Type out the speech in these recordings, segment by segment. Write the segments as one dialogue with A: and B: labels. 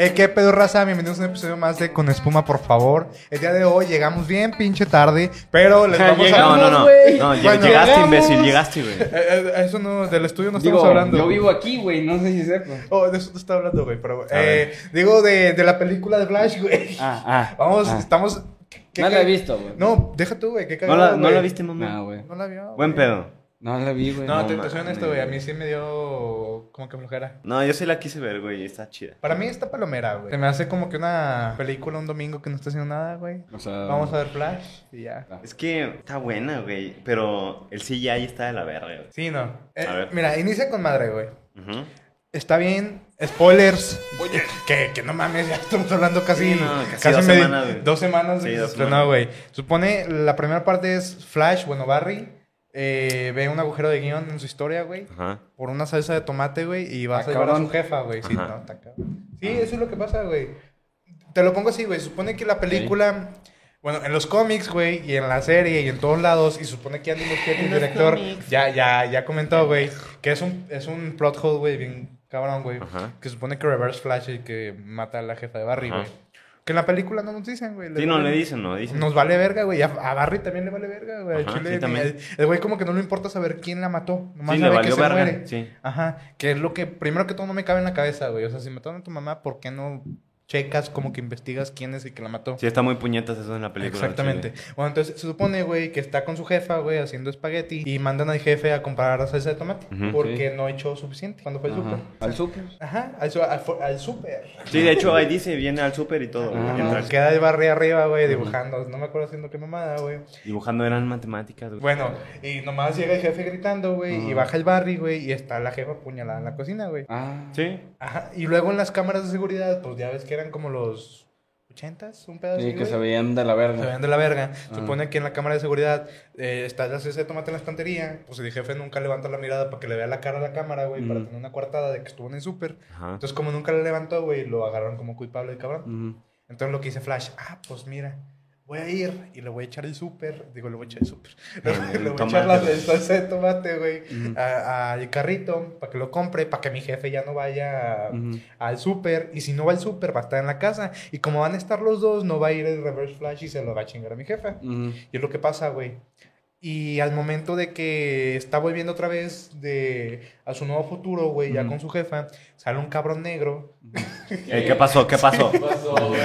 A: Eh, ¿Qué pedo, raza? Bienvenidos a un episodio más de Con Espuma, por favor. El día de hoy llegamos bien pinche tarde, pero les Pues vamos
B: No,
A: a...
B: no, no.
C: güey.
B: No, lle-
A: Bueno,
B: llegaste,
A: llegamos.
B: imbécil, llegaste, güey.
A: Eh, eh, eso no, del estudio no
C: Digo,
A: estamos hablando.
C: yo vivo aquí, güey, no sé si sepa.
A: Oh, de eso no está hablando, güey, pero...
B: A ver.
A: eh, digo, de, de la película de Flash, güey.
C: Ah, ah.
A: Vamos,
C: ah.
A: estamos... ¿qué- qué
C: No la he
A: ca-
C: visto, güey.
A: No, deja tú, güey, qué
B: ¿No
A: cagado,
B: la, no
A: Ah, güey.
B: la viste, mamá?
C: No, güey.
A: No la vio.
B: Buen
A: güey.
B: pedo.
C: No la vi, güey.
A: No,
B: No
A: te, te soy honesto,
B: mames,
A: güey, a mí
B: güey.
A: sí me dio como que flojera.
B: No, yo sí la quise ver, güey. Está chida.
A: Para mí está palomera, güey. Se me hace como que una película un domingo que no está haciendo nada, güey.
C: O
B: Ah.
C: sea,
A: Vamos a ver Flash y ya.
B: Es que está buena, güey. Pero el CGI está de la verga, güey.
A: Sí, no. Eh,
B: A ver.
A: Mira, inicia con madre, güey.
B: Ujú.
A: Está bien. Spoilers. Oye. Que, que no mames, ya estamos hablando casi.
B: Sí, no, casi dos
A: medi-
B: semanas, güey.
A: Dos semanas.
B: Sí,
A: de que
B: dos
A: se estrenó,
B: semanas.
A: güey. Supone, la primera parte es Flash, bueno, Barry. eh, ve un agujero de guión en su historia, güey.
B: Ajá.
A: Por una salsa de tomate, güey. Y vas
B: Ah,
C: Está
A: a llevar a su
C: cabrón.
A: jefa, güey. Sí,
B: Ajá.
A: no, está cabrón. Sí, eso es lo que pasa, güey. Te lo pongo así, güey. Supone que la película. Bueno, en los cómics, güey, y en la serie, y en todos lados, y supone que Andy Muschietti, el director, ya, ya, ya comentó, güey, que es un, es un plot hole, güey, bien cabrón, güey,
B: Ajá.
A: que supone que Reverse Flash y que mata a la jefa de Barry,
B: Ajá.
A: güey. Que en la película no nos dicen, güey.
B: Sí, no, le dicen, no, dicen.
A: Nos vale verga, güey. A, a Barry también le vale verga, güey. Al
B: Ajá,
A: chile
B: sí,
A: ni-
B: también.
A: el- El güey como que no le importa saber quién la mató. Nomás
B: Sí, le
A: sabe que
B: valió
A: se
B: verga.
A: muere.
B: Sí.
A: Ajá. Que es lo que, primero que todo, no me cabe en la cabeza, güey. O sea, si mataron a tu mamá, ¿por qué no checas como que investigas quién es el que la mató?
B: Sí, está muy puñetas eso en la película.
A: Exactamente.
B: al chile.
A: Bueno, entonces se supone, güey, que está con su jefa, güey, haciendo espagueti y mandan al jefe a comprar salsa de tomate
B: Ujú.
A: porque no echó suficiente cuando fue al súper.
C: Al super.
A: Ajá, al, su- al fu- al súper.
B: Sí, de hecho, ahí dice, viene al súper y todo. güey.
C: Ah,
B: Entra
A: Mientras
B: al-
A: queda el barri arriba, güey, dibujando. No me acuerdo haciendo qué mamada, güey.
B: Dibujando eran matemáticas, güey.
A: Bueno, y nomás llega el jefe gritando, güey, y baja el barri, güey, y está la jefa apuñalada en la cocina, güey.
C: Ah.
B: Sí.
A: Ajá, y luego en las cámaras de seguridad, pues ya ves que eran como los 80s, un pedazo.
C: Sí, que se veían de la verga.
A: Se veían de la verga.
C: Ah.
A: Supone que en la cámara de seguridad eh, está la CC de tomate en la estantería. Pues el jefe nunca levanta la mirada para que le vea la cara a la cámara, güey, para
C: Mm.
A: tener una coartada de que estuvo en el súper.
B: Ajá.
A: Entonces, como nunca la levantó, güey, lo agarraron como culpable el cabrón.
C: Ujú.
A: Entonces, lo que dice Flash, ah, pues mira, voy a ir y le voy a echar el súper. Digo, le voy a echar el súper. le voy a echar la
B: tomate.
A: la salsa de tomate, güey,
C: Ujú.
A: a- al carrito para que lo compre, para que mi jefe ya no vaya
C: Ujú.
A: al súper y si no va al súper va a estar en la casa y como van a estar los dos no va a ir el reverse flash y se lo va a chingar a mi jefa
C: Ujú.
A: y es lo que pasa güey y al momento de que está volviendo otra vez de a su nuevo futuro güey ya
C: Ujú.
A: con su jefa sale un cabrón negro
B: Ey, ¿Qué pasó? ¿Qué pasó?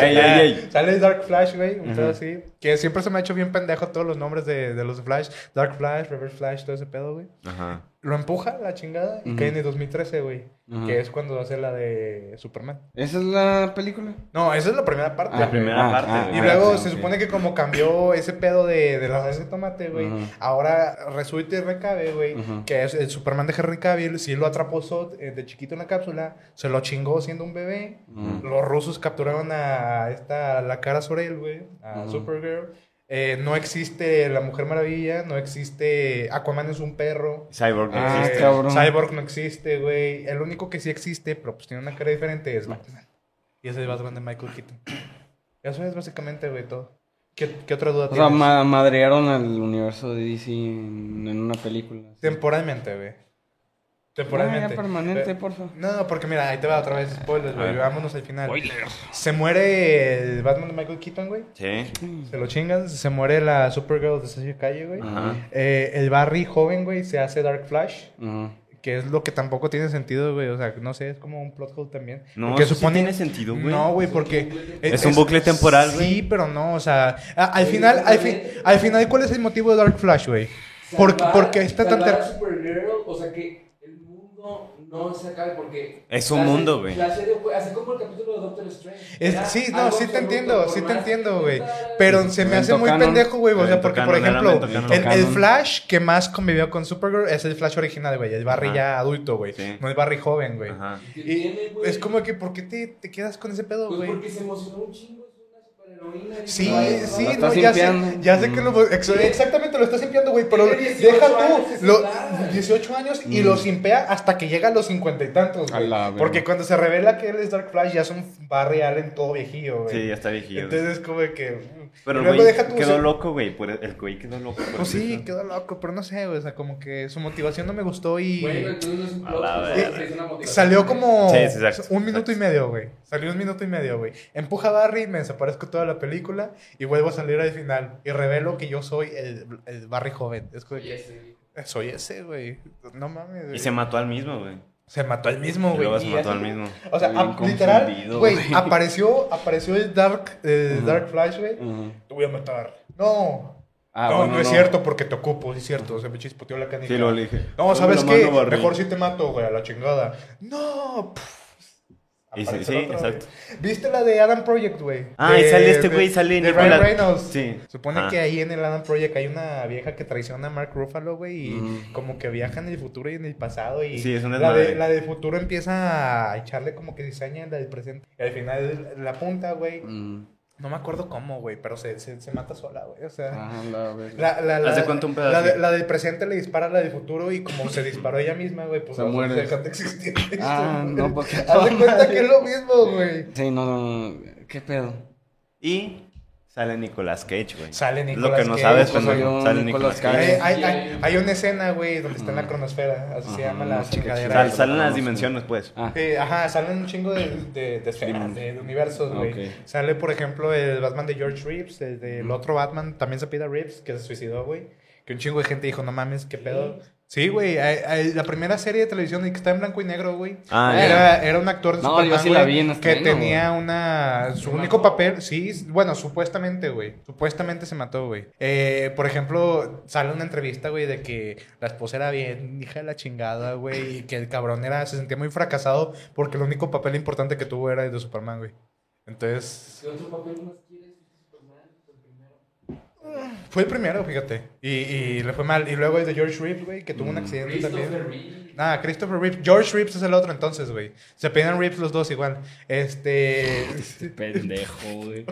B: ey,
A: Ah,
B: ey, ey.
A: sale Dark Flash güey un pedo
B: Ujú.
A: así que siempre se me ha hecho bien pendejo todos los nombres de, de los Flash Dark Flash Reverse Flash todo ese pedo güey
B: Ajá.
A: lo empuja a la chingada y
C: Ujú.
A: cae en el 2013 güey
C: Ajá.
A: que es cuando hace la de Superman
C: ¿Esa es la película?
A: no esa es la primera parte
B: La
A: güey.
B: primera
C: ah,
B: parte.
C: ah,
B: güey.
A: Y luego
B: Ah,
A: se
B: ok.
A: supone que como cambió ese pedo de, de la salsa de tomate, güey,
C: Ajá.
A: ahora resulta y recabe, güey,
C: Ajá.
A: que es el Superman de Henry Cavill, si lo atrapó Zod eh, de chiquito en la cápsula, se lo chingó siendo un bebé.
C: Ujú.
A: Los rusos capturaron a esta, a la cara Sorel, güey, a
C: Ajá.
A: Supergirl. Eh, no existe la Mujer Maravilla, no existe Aquaman es un perro.
B: Cyborg no
C: Ah,
B: existe.
C: cabrón.
A: Cyborg no existe, güey. El único que sí existe, pero pues tiene una cara diferente, es Batman. Y ese es el Batman de Michael Keaton. Eso es básicamente, güey, todo. ¿Qué, qué otra duda
C: O sea,
A: tienes?
C: ma- madrearon al universo de DC en, en una película.
A: Temporalmente, güey.
C: Ah,
A: Temporalmente.
C: ya permanente,
A: Eh,
C: por favor.
A: No, porque mira, ahí te va otra vez spoilers,
B: A
A: güey.
B: ver.
A: Vámonos al final. Se muere el Batman de Michael Keaton, güey.
B: Sí.
A: Se lo chingan. Se muere la Supergirl de Sergio Calle, güey.
C: Ah.
B: Ajá.
A: Eh, el Barry joven, güey, se hace Dark Flash.
C: Ajá.
A: Que es lo que tampoco tiene sentido, güey. O sea, no sé, es como un plot hole también.
B: No,
A: Porque
B: eso sí tiene sentido, güey.
A: No, güey, porque...
B: Es un bucle temporal,
A: Sí,
B: güey.
A: pero no, o sea... a- al final, al, fin- al final, ¿cuál es el motivo de Dark Flash, güey? ¿Por, por qué está tan...
D: salvar
A: ter-
D: a Supergirl, o sea que el mundo no se acabe porque
B: Es un
D: la serie-
B: mundo, güey.
D: la serie fue- así como el capítulo de Doctor Strange.
A: Es-
D: Era
A: sí, no,
D: algo
A: sí te
D: absoluto,
A: entiendo,
D: por
A: sí te
D: más
A: entiendo,
D: que
A: güey.
D: intentara-
A: Pero se me hace
C: Evento
A: muy
C: canon.
A: pendejo, güey. O sea,
B: Evento
A: porque, por
B: canon, era
A: ejemplo,
B: evento canon.
A: el, el
C: Canon.
A: Flash que más convivió con Supergirl es el Flash original, güey. El Barry
B: Ajá.
A: ya adulto, güey.
B: Sí.
A: No el Barry joven, güey.
B: Ajá.
D: que
A: Y
D: tiene, güey.
A: es como que, ¿por qué te, te quedas con ese pedo,
D: Pues
A: güey?
D: porque se emocionó un chingo, es una superhéroe. heroína. y
A: Sí,
D: no hay-
A: sí,
C: lo
A: no,
C: estás
A: ya sé,
C: limpiando. Mm.
A: ya sé que lo... ex- Exactamente, lo estás simpeando, güey, pero
D: Tiene 18
A: deja
D: años
A: tú
D: ese
A: lo-
D: celular.
A: 18 años y lo simpea hasta que llega a los 50 y tantos,
C: Mm. A
A: güey.
C: la verga.
A: Porque cuando se revela que él es Dark Flash, ya es un Barry Allen todo viejillo, güey.
B: Sí, ya está viejillo.
A: Entonces, como de que... y
B: pero el
A: luego
B: güey
A: deja tú, o
B: quedó
A: sea,
B: loco, güey. por- El güey quedó loco. por
A: Pues sí,
B: eso.
A: quedó loco, pero no sé, güey, o sea, como que su motivación no me gustó y...
D: Bueno, entonces no es un
B: A
D: plot,
B: la
D: o sea,
B: verga.
D: es una motivación.
A: Salió como
B: Sí, sí, exacto,
A: un minuto
B: exacto.
A: y medio, güey. Salió un minuto y medio, güey. Empuja a Barry, me desaparezco toda la película y vuelvo a salir al final. Y revelo que yo soy el, el Barry joven. Es como
D: Y
A: que,
D: ese-
A: soy ese, güey. No mames, güey.
B: Y se mató al mismo, güey.
A: Se mató al mismo,
B: Y
A: güey.
B: luego se
A: Y
B: mató
A: así-
B: al mismo.
A: O sea,
C: Estoy
A: a-
C: bien
A: literal,
C: confundido,
A: güey,
C: güey.
A: apareció, apareció el Dark, el
C: Ajá.
A: Dark Flash, güey.
C: Ajá.
A: Te voy a matar. No.
C: Ah,
A: no,
C: bueno,
A: no es cierto porque te ocupo, sí es cierto. Se me chispoteó la canica.
B: Sí, lo dije.
A: No, ¿sabes
B: Lo
A: qué?
B: mando, Barry.
A: Mejor si te mato, güey, a la chingada. No. pff.
B: Y sí,
A: Aparece
B: sí,
A: la otra,
B: exacto.
A: güey. ¿Viste la de Adam Project, güey?
B: Ah, y
A: De-
B: sale este güey,
A: de-
B: sale
A: De
B: Nicolas-
A: Ryan Reynolds.
B: Sí.
A: Supone
B: Ah.
A: que ahí en el Adam Project hay una vieja que traiciona a Mark Ruffalo, güey, y
C: Mm.
A: como que viaja en el futuro y en el pasado. Y
B: Sí, es una
A: la, de,
B: madre.
A: la del futuro empieza a echarle como que diseña la del presente. Y al final la punta, güey.
C: Mm.
A: No me acuerdo cómo, güey, pero se, se, se mata sola, güey. O sea.
C: Ah, la verga.
A: La, la, la,
B: Haz de cuenta un pedazo.
A: la, de- la del presente le dispara a la del futuro y como se disparó ella misma, güey, pues
C: Se muere.
A: Deja de existir.
C: Ah, no, porque-
A: Haz de cuenta que es lo mismo, güey.
C: Sí, no, no, no, ¿Qué pedo?
B: Y sale Nicolas Cage, güey.
A: Sale
B: Es
A: Nicolas
B: Lo que no
A: Cage.
B: sabes,
C: Pues
B: pendejo.
C: salió
B: Sale
C: Nicolas
B: Nicolas
A: Hay,
B: Cage.
A: hay-
C: Cage.
A: hay- hay una escena, güey, donde está en la cronosfera. Así se
C: Ajá,
A: llama la
C: no sé qué
A: chingadera.
B: Sal-
C: Cage.
B: salen las dimensiones, pues.
C: Ah,
A: Sí, Eh, ajá, salen un chingo de, de, de esferas, de, de universos, güey.
C: Ok.
A: Sale, por ejemplo, el Batman de George Reeves, el del otro Batman, también se pide a Reeves, que se suicidó, güey. Que un chingo de gente dijo, no mames, qué pedo. Sí, güey, a- a- la primera serie de televisión que está en blanco y negro, güey.
B: Ah, ya.
A: era, era un actor de
C: No,
A: Superman,
C: yo sí la
A: güey,
C: vi en
A: que
C: estreno,
A: tenía una... Su
D: Se
A: único
D: mató.
A: papel, sí, bueno, supuestamente, güey. Supuestamente se mató, güey. Eh, por ejemplo, sale una entrevista, güey, de que la esposa era bien hija de la chingada, güey. Y que el cabrón era, se sentía muy fracasado porque el único papel importante que tuvo era el de Superman, güey. Entonces,
D: ¿Qué otro papel más quieres? Superman, el primero.
A: fue el primero, fíjate. Y, y le fue mal. Y luego el de George Reeves, güey, que tuvo un accidente
D: Mm. Christopher
A: también.
D: Reeve.
A: Ah, Christopher Reeves. George Reeves es el otro entonces, güey. Se piden Reeves los dos igual. Este.
C: pendejo, güey.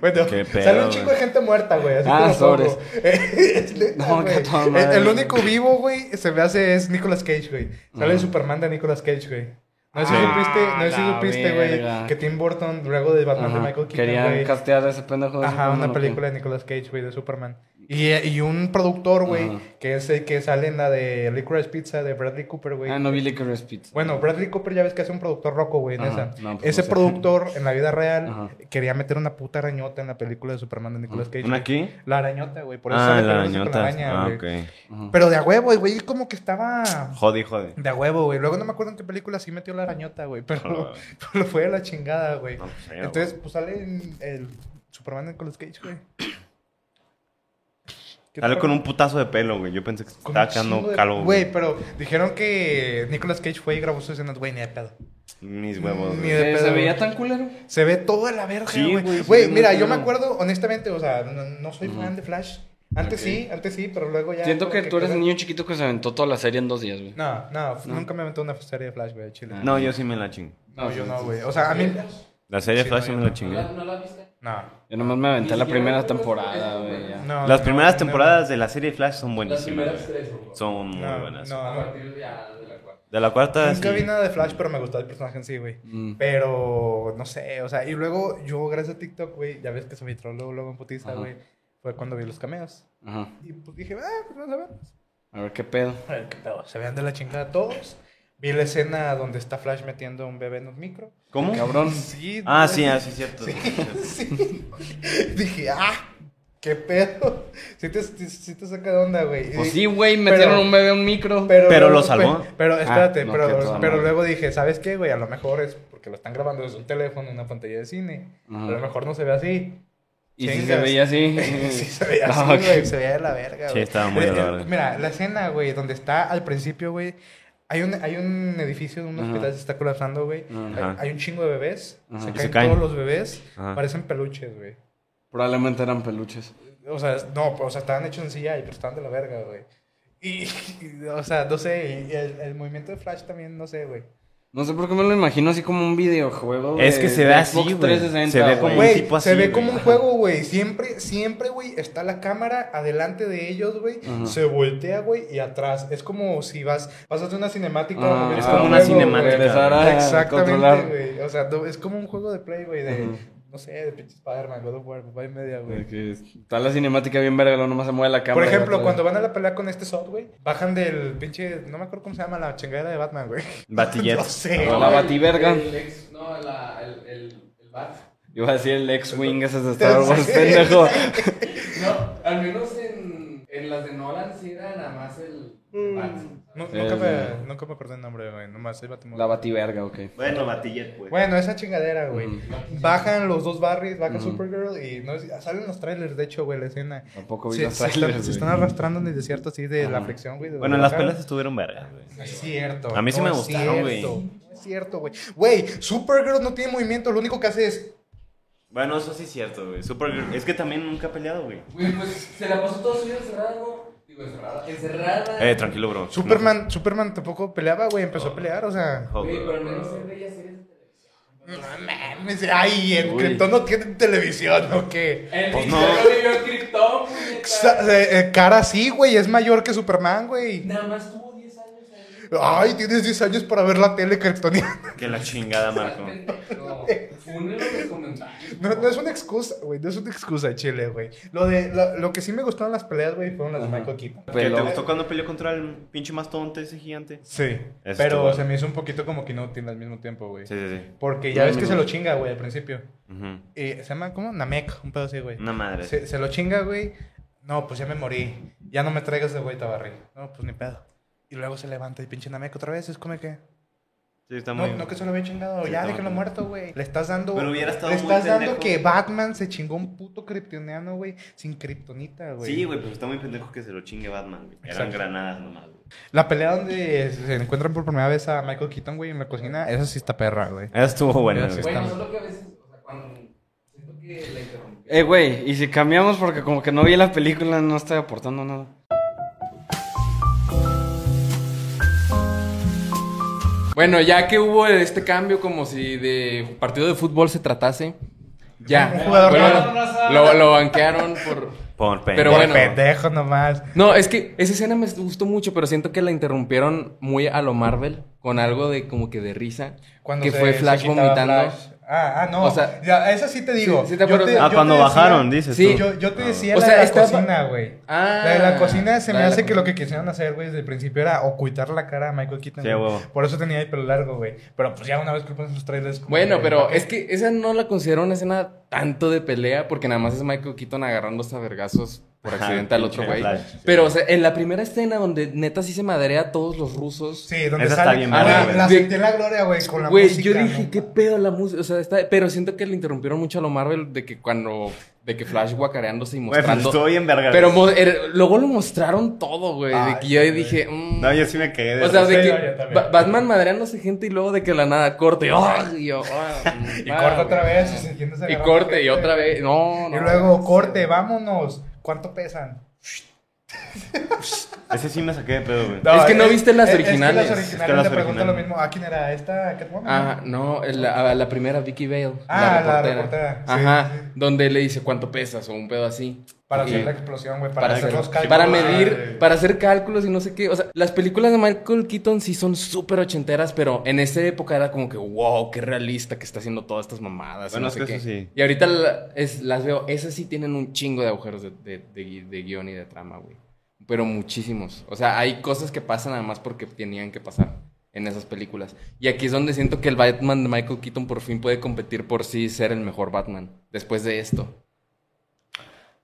A: Bueno,
B: Qué pedo,
A: sale un chingo de
B: güey.
A: gente muerta, güey. así
C: Ah,
A: te lo pongo.
C: sobres.
A: Es neta,
C: No,
A: güey.
C: que toda madre.
A: El, el único vivo, güey, se me hace es Nicolas Cage, güey. Sale el Superman de Nicolas Cage, güey. No sé si
C: Ah,
A: supiste, no sé si
C: la
A: supiste, güey,
C: verga.
A: que Tim Burton, luego de Batman de
C: Ajá,
A: Michael Keaton,
C: Querían
A: güey.
C: castear a ese pendejo. de
A: Ajá,
C: Superman,
A: una
C: ¿o qué?
A: película de Nicolas Cage, güey, de Superman. Y, y un productor, güey,
C: Ajá.
A: que es el que sale en la de Licorice Pizza de Bradley Cooper, güey.
C: Ah, no vi Licorice Pizza.
A: Bueno, Bradley Cooper ya ves que hace un productor roco, güey, en
C: Ajá,
A: esa.
C: no, pues,
A: Ese
C: no sé.
A: productor en la vida real
C: Ajá.
A: quería meter una puta arañota en la película de Superman de Nicolas Cage. güey.
B: ¿Una aquí?
A: La arañota, güey, por eso
B: Ah,
A: sale
B: la
A: peleándose con
B: arañota.
A: araña,
B: Ah,
A: güey.
B: ok.
C: Ajá.
A: Pero de a huevo, el güey, como que estaba
B: Jode, jode.
A: de a huevo, güey. Luego no me acuerdo en qué película sí metió la arañota, güey, pero,
B: Joder.
A: pero fue de la chingada, güey.
B: Ah. No, pues, ahí,
A: Entonces, pues sale en el Superman de Nicolas Cage, güey. ¿Qué te
B: Sale con
A: parece?
B: un putazo de pelo, güey. Yo pensé que
A: Con
B: estaba
A: un chingo
B: quedando
A: de-
B: calvo,
A: Güey,
B: güey.
A: pero dijeron que Nicolas Cage fue y grabó sus escenas, güey, ni de pedo.
B: Mis huevos,
A: Ni
B: güey.
A: de
C: Eh,
A: pedo,
C: ¿Se
A: güey.
C: veía tan culero?
A: Se ve toda la verga,
B: Sí,
A: güey.
B: güey, se
A: Güey,
B: ve muy
A: mira, yo me
B: culero.
A: acuerdo, honestamente, o sea, no, no soy fan de Flash. Antes
B: Ok.
A: sí, antes sí, pero luego ya.
C: Siento
A: como
C: que tú eres el
A: queda-
C: niño chiquito que se aventó toda la serie en dos días, güey.
A: No, no,
C: No.
A: nunca me aventó una serie de Flash, güey, de chile.
C: Ah.
B: No, yo sí me la chingo.
A: No, yo no, güey. O sea, a mí.
B: La serie
A: Sí,
B: Flash
A: no,
B: sí
A: yo
B: me
A: no.
B: la
D: ¿No
B: chingué.
D: la, no la viste?
A: No.
C: Yo nomás me aventé la
D: Ni siquiera
C: primera
D: me
C: temporada,
D: acuerdo de
C: güey.
D: eso,
C: ya.
A: no
B: Las
A: no,
B: primeras
A: no,
B: temporadas de la serie Flash son
D: Las
B: buenísimas,
D: primeras
B: güey.
D: tres, por favor.
B: Son muy
A: No,
B: buenas.
A: no,
D: A
A: no.
D: partir de ya de la cuarta.
B: De la cuarta,
A: Nunca
B: sí.
A: vi nada de Flash, pero me gustaba el personaje en sí, güey.
C: Mm.
A: Pero, no sé, o sea, y luego yo, gracias a TikTok, güey, ya ves que se me trolló luego, luego en putiza,
C: Ajá.
A: güey. Fue cuando vi los cameos.
C: Ajá.
A: Y pues dije, ah, pues vamos a ver.
C: A ver qué pedo.
A: A ver qué pedo, Se vean de la chingada todos. Vi la escena donde está Flash metiendo a un bebé en un micro.
B: ¿Cómo?
C: Cabrón.
A: Sí.
B: Ah,
A: güey.
B: sí, ah, sí, cierto.
A: Sí. Dije, ah, qué pedo. Si te, sí- sí te saca de onda, güey.
C: Pues
A: Y-
C: sí, güey,
A: pero-
C: metieron un bebé a un micro.
B: Pero
A: luego-
B: lo salvó.
A: pe- Pero espérate,
C: Ah, no,
A: pero,
C: qué toda
A: pero
C: madre.
A: luego dije, ¿sabes qué, güey? A lo mejor es porque lo están grabando desde un teléfono, una pantalla de cine.
C: Ajá.
A: A lo mejor no se ve así.
C: Y si se
A: Chingas.
C: veía así.
A: sí, se veía
C: No,
A: así, güey.
C: ok.
A: Se veía de la verga,
B: Sí,
A: güey.
B: estaba muy de la
A: Eh, eh,
B: verga.
A: Mira, la escena, güey, donde está al principio, güey. Hay un, hay un edificio de un
C: Ajá.
A: hospital que se está colapsando, güey.
C: Ajá.
A: Hay, hay un chingo de bebés.
C: Ajá.
A: Se
C: Y
A: caen,
B: se caen.
A: todos los bebés.
B: Ajá.
A: Parecen peluches, güey.
C: Probablemente eran peluches.
A: O sea, no, o sea, estaban hechos en silla, pero estaban de la verga, güey. Y, y, o sea, no sé, y el, el movimiento de Flash también, no sé, güey.
C: No sé por qué me lo imagino así como un videojuego.
B: Es
C: de-
B: que se ve
C: de
B: así,
C: Xbox
B: güey.
C: 360,
B: Se ve como
C: güey.
A: Güey,
B: tipo así,
A: se ve
B: güey.
A: como un
B: Ajá.
A: juego, güey. Siempre, siempre, güey, está la cámara adelante de ellos, güey.
C: Ajá.
A: Se voltea, güey, y atrás. Es como si vas, vas a hacer una cinemática.
C: Ah,
A: güey,
B: Es
A: a
B: como
A: un
B: una
A: juego, güey.
B: cinemática.
C: Regresar a controlar.
A: Exactamente, güey. O sea, no, es como un juego de play, güey, de,
C: Ajá.
A: no sé, de pinche Spider-Man, God of War, papá y media, güey.
C: De que Está la cinemática bien verga, luego nomás se mueve la cámara.
A: Por ejemplo,
C: otra
A: cuando
C: vez.
A: van a la pelea con este Sot, güey, bajan del pinche, no me acuerdo cómo se llama, la chingadera de Batman, güey.
B: Batillet.
A: No sé.
C: Ah, la
A: güey.
C: bativerga.
D: El ex- No, la, el, el, el bat.
C: Yo iba a decir el X-Wing, ese es de Star Wars, pendejo.
D: No, al menos en, en las de Nolan sí era nada más el bat.
A: Nu-
C: Sí,
A: nunca,
C: sí.
A: me, nunca me acordé el nombre, güey, nomás el Batman.
C: La bativerga, ok.
B: Bueno, Batillet, pues.
A: Bueno, esa chingadera, güey.
C: Mm.
A: Bajan los dos barris, baja
C: Ujú.
A: Supergirl y no, es- salen los trailers, de hecho, güey, la escena.
C: Tampoco vi
A: Se,
C: los
A: se están-
C: trailers,
A: se
C: güey.
A: están arrastrando en el desierto así de la
C: Ajá.
A: fricción, güey. de
B: Bueno, las
A: Guadalajara.
B: pelas estuvieron vergas, güey.
A: No es cierto.
B: A mí sí
A: no
B: me
A: es
B: gustaron, güey.
A: cierto, No es cierto, güey. Güey, Supergirl no tiene movimiento, lo único que hace es.
B: Bueno, eso sí es cierto, güey. Supergirl. Es que también nunca ha peleado, güey.
D: Güey, pues se la pasó todo su vida encerrada, ¿no? Digo, encerrada. Encerrada.
B: Eh, tranquilo, bro.
A: Superman, Superman tampoco peleaba, güey, empezó a pelear, o sea.
B: Hulk,
D: Güey,
B: güey.
D: pero al menos él veía series de televisión.
A: No mames, ay, el
B: Uy.
A: Krypton no tiene televisión, ¿o qué?
D: El
B: Pues
D: pues
B: no.
D: no. le vio Krypton, puñeta.
A: Sa- eh, eh, cara sí, güey, es mayor que Superman, güey.
D: Nada más tuvo 10 años ahí.
A: Ay, tienes 10 años para ver la tele kryptoniana.
B: Que la chingada, Ah, Marco.
D: No, Fúnelo en los comentarios.
A: No, no es una excusa, güey, no es una excusa, chile, güey. Lo, de, lo, lo que sí me gustaron las peleas, güey, fueron las de
C: Ajá.
A: Michael Keaton.
B: ¿Que te
C: Pelón.
B: gustó cuando peleó contra el pinche mastodonte ese gigante?
A: Sí,
B: Eso
A: pero
B: estuvo-
A: se me hizo un poquito como que no tiene al mismo tiempo, güey.
B: Sí, sí, sí.
A: Porque ya
C: No,
A: ves
C: no,
A: que
C: no.
A: se lo chinga, güey, al principio.
B: Ujú.
A: Eh, se llama, ¿cómo? Namek, un pedo así, güey.
B: Una madre.
A: Se, se lo chinga, güey. No, pues ya me morí. Ya no me traigas de vuelta, Barry. No, pues ni pedo. Y luego se levanta y pinche Namek otra vez. Es como que.
B: Sí, está
A: No,
B: muy...
A: no que se lo había chingado.
B: Sí,
A: ya,
B: está
A: déjalo
B: muy-
A: muerto, güey. Le estás dando.
B: Pero hubiera estado
A: Le
B: muy
A: estás dando
B: pendejo.
A: que Batman se chingó un puto kryptoniano, güey. Sin kriptonita, güey.
B: Sí, güey, pero está muy pendejo que se lo chingue Batman, güey. Eran
A: Exacto.
B: granadas nomás, güey.
A: La pelea donde se encuentran por primera vez a Michael Keaton, güey, en la cocina. Esa sí está perra, güey.
E: Eh,
B: Eso estuvo
A: bueno,
B: bueno,
A: Gracias.
B: güey.
D: Güey,
A: está-
D: no solo que a veces, o sea, cuando siento que la interrumpí.
C: Eh, güey, y si cambiamos porque como que no vi la película, no está aportando nada.
E: Bueno, ya que hubo este cambio como si de partido de fútbol se tratase, ya.
A: Un jugador
E: Bueno,
A: nuevo.
E: lo, lo banquearon por...
B: Por pendejo.
E: Pero
A: Por
E: bueno.
A: pendejo nomás.
E: No, es que esa escena me gustó mucho, pero siento que la interrumpieron muy a lo Marvel, con algo de como que de risa, que
A: se-
E: fue
A: se
E: Flash
A: quitaba
E: vomitando.
A: Flash. Ah, ah, no.
E: O sea-
A: ya, esa sí te digo.
E: Sí, sí te acuerdas.
A: Yo te-
B: Ah,
A: yo
B: cuando
A: te decía-
B: bajaron, dices
E: Sí.
B: tú.
A: Yo, yo te
B: Ah.
A: decía
E: O
A: la
E: sea,
A: de la
E: estaba-
A: cocina, güey.
E: Ah,
A: la de la cocina se
E: la
A: me
E: de la
A: hace que
E: cocina.
A: lo que quisieron hacer, güey, desde el principio era ocultar la cara a Michael Keaton.
B: Sí,
A: güey.
B: huevo.
A: Por eso tenía el pelo largo, güey. Pero pues ya una vez que lo pones en los trailers. como
E: Bueno,
A: que-
E: pero es que esa no la considero una escena tanto de pelea, porque nada más es Michael Keaton agarrándose a vergazos por
B: Ajá,
E: accidente al otro
B: pinche
E: güey.
B: Flash, sí.
E: Pero, o sea, en la primera escena donde neta sí se madrea a todos los rusos.
A: Sí, donde
B: Esa está
A: sale.
B: bien
A: Ah,
B: verga,
A: la-
B: güey.
A: la
E: De-
A: sentí en la gloria, güey, con la
E: Güey,
A: música.
E: yo dije,
A: ¿no?
E: qué pedo la música. O sea, está... pero siento que le interrumpieron mucho a lo Marvel de que cuando. de que Flash guacareándose y
B: Güey, pues
E: mostrando.
B: estuvo bien verga.
E: pero
B: güey.
E: mo- er- luego lo mostraron todo, güey. De que
A: Ay,
E: yo ahí
A: güey.
E: dije. mm.
B: No, yo sí me cagué de
E: o sea,
B: risa.
E: de
A: Sí,
E: que
A: no, yo también.
E: Ba- Batman madreándose gente y luego de que la nada corte. Y, ¡ah! y yo, ah,
A: Y
E: va,
A: corta otra
E: güey.
A: vez. Y, se entiende esa
E: Y
A: garra-
E: corte y otra vez. No, no.
A: Y luego, corte, vámonos. ¿Cuánto pesan?
B: Ese sí me saqué de pedo, güey.
E: No, Es que
A: eh,
E: viste las
A: eh, Es
E: originales.
A: que las
B: Es que
A: originales
B: las
A: le preguntan lo
B: originales.
A: mismo. ¿A quién era esta? Catwoman?
E: Ajá, no, el- la, la primera Vicky Vale.
A: Ah, la reportera, sí,
E: Ajá,
A: sí.
E: donde le dice cuánto pesas o un pedo así.
A: Para
E: Y-
A: hacer la explosión, güey. Para,
E: para,
A: hacer
E: hacer-
A: los cálculos.
E: para
A: güey.
E: medir, para hacer cálculos y no sé qué. O sea, las películas de Michael Keaton sí son súper ochenteras, pero en esa época era como que, wow, qué realista que está haciendo todas estas mamadas. y
B: Bueno,
E: no
B: es
E: sé
B: que eso
E: qué.
B: sí.
E: Y ahorita la- es- las veo, esas sí tienen un chingo de agujeros de, de, de gui- de guión y de trama, güey. Pero muchísimos. O sea, hay cosas que pasan además porque tenían que pasar en esas películas. Y aquí es donde siento que el Batman de Michael Keaton por fin puede competir por sí y ser el mejor Batman después de esto.